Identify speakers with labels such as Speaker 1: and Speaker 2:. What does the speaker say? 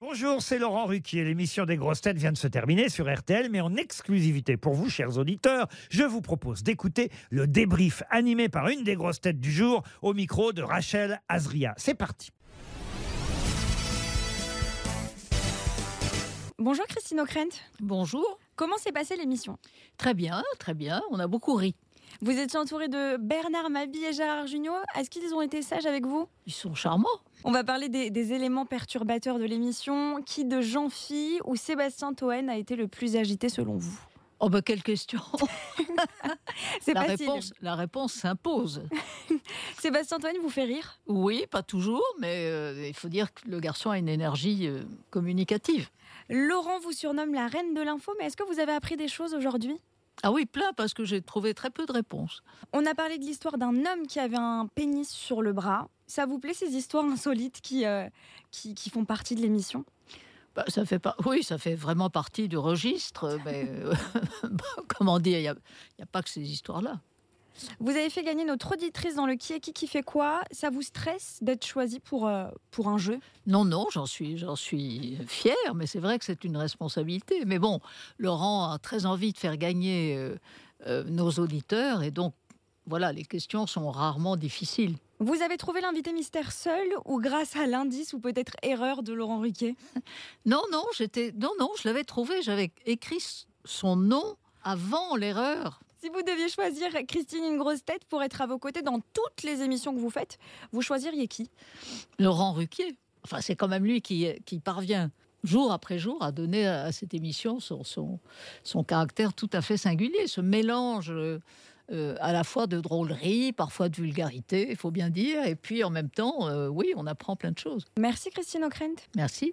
Speaker 1: Bonjour, c'est Laurent Ruquier. L'émission des grosses têtes vient de se terminer sur RTL, mais en exclusivité pour vous, chers auditeurs, je vous propose d'écouter le débrief animé par une des grosses têtes du jour au micro de Rachel Azria. C'est parti.
Speaker 2: Bonjour Christine O'Krent.
Speaker 3: Bonjour.
Speaker 2: Comment s'est passée l'émission
Speaker 3: Très bien, très bien. On a beaucoup ri.
Speaker 2: Vous étiez entouré de Bernard Mabie et Gérard Junior. Est-ce qu'ils ont été sages avec vous
Speaker 3: Ils sont charmants.
Speaker 2: On va parler des, des éléments perturbateurs de l'émission. Qui de jean phi ou Sébastien Toen a été le plus agité selon vous
Speaker 3: Oh ben quelle question
Speaker 2: C'est
Speaker 3: la
Speaker 2: facile.
Speaker 3: réponse, la réponse s'impose.
Speaker 2: Sébastien Toen vous fait rire
Speaker 3: Oui, pas toujours, mais euh, il faut dire que le garçon a une énergie euh, communicative.
Speaker 2: Laurent vous surnomme la reine de l'info, mais est-ce que vous avez appris des choses aujourd'hui
Speaker 3: Ah oui, plein parce que j'ai trouvé très peu de réponses.
Speaker 2: On a parlé de l'histoire d'un homme qui avait un pénis sur le bras. Ça vous plaît ces histoires insolites qui, euh, qui, qui font partie de l'émission
Speaker 3: Bah, ça fait pas. Oui, ça fait vraiment partie du registre. euh, Mais euh, comment dire, il n'y a, il y a pas que ces histoires-là.
Speaker 2: Vous avez fait gagner notre auditrice dans le qui est qui qui fait quoi. Ça vous stresse d'être choisi pour, euh, pour un jeu
Speaker 3: Non, non, j'en suis, j'en suis fière, mais c'est vrai que c'est une responsabilité. Mais bon, Laurent a très envie de faire gagner euh, euh, nos auditeurs, et donc voilà, les questions sont rarement difficiles.
Speaker 2: Vous avez trouvé l'invité mystère seul ou grâce à l'indice ou peut-être erreur de Laurent Ruquier
Speaker 3: Non, non, j'étais, non, non, je l'avais trouvé, j'avais écrit s- son nom avant l'erreur.
Speaker 2: Si vous deviez choisir Christine une grosse tête pour être à vos côtés dans toutes les émissions que vous faites, vous choisiriez qui
Speaker 3: Laurent Ruquier. Enfin, c'est quand même lui qui, qui parvient jour après jour à donner à à cette émission son, son, son caractère tout à fait singulier, ce mélange euh, euh, à la fois de drôlerie, parfois de vulgarité, il faut bien dire, et puis en même temps, euh, oui, on apprend plein de choses.
Speaker 2: Merci Christine O'Krent.
Speaker 3: Merci.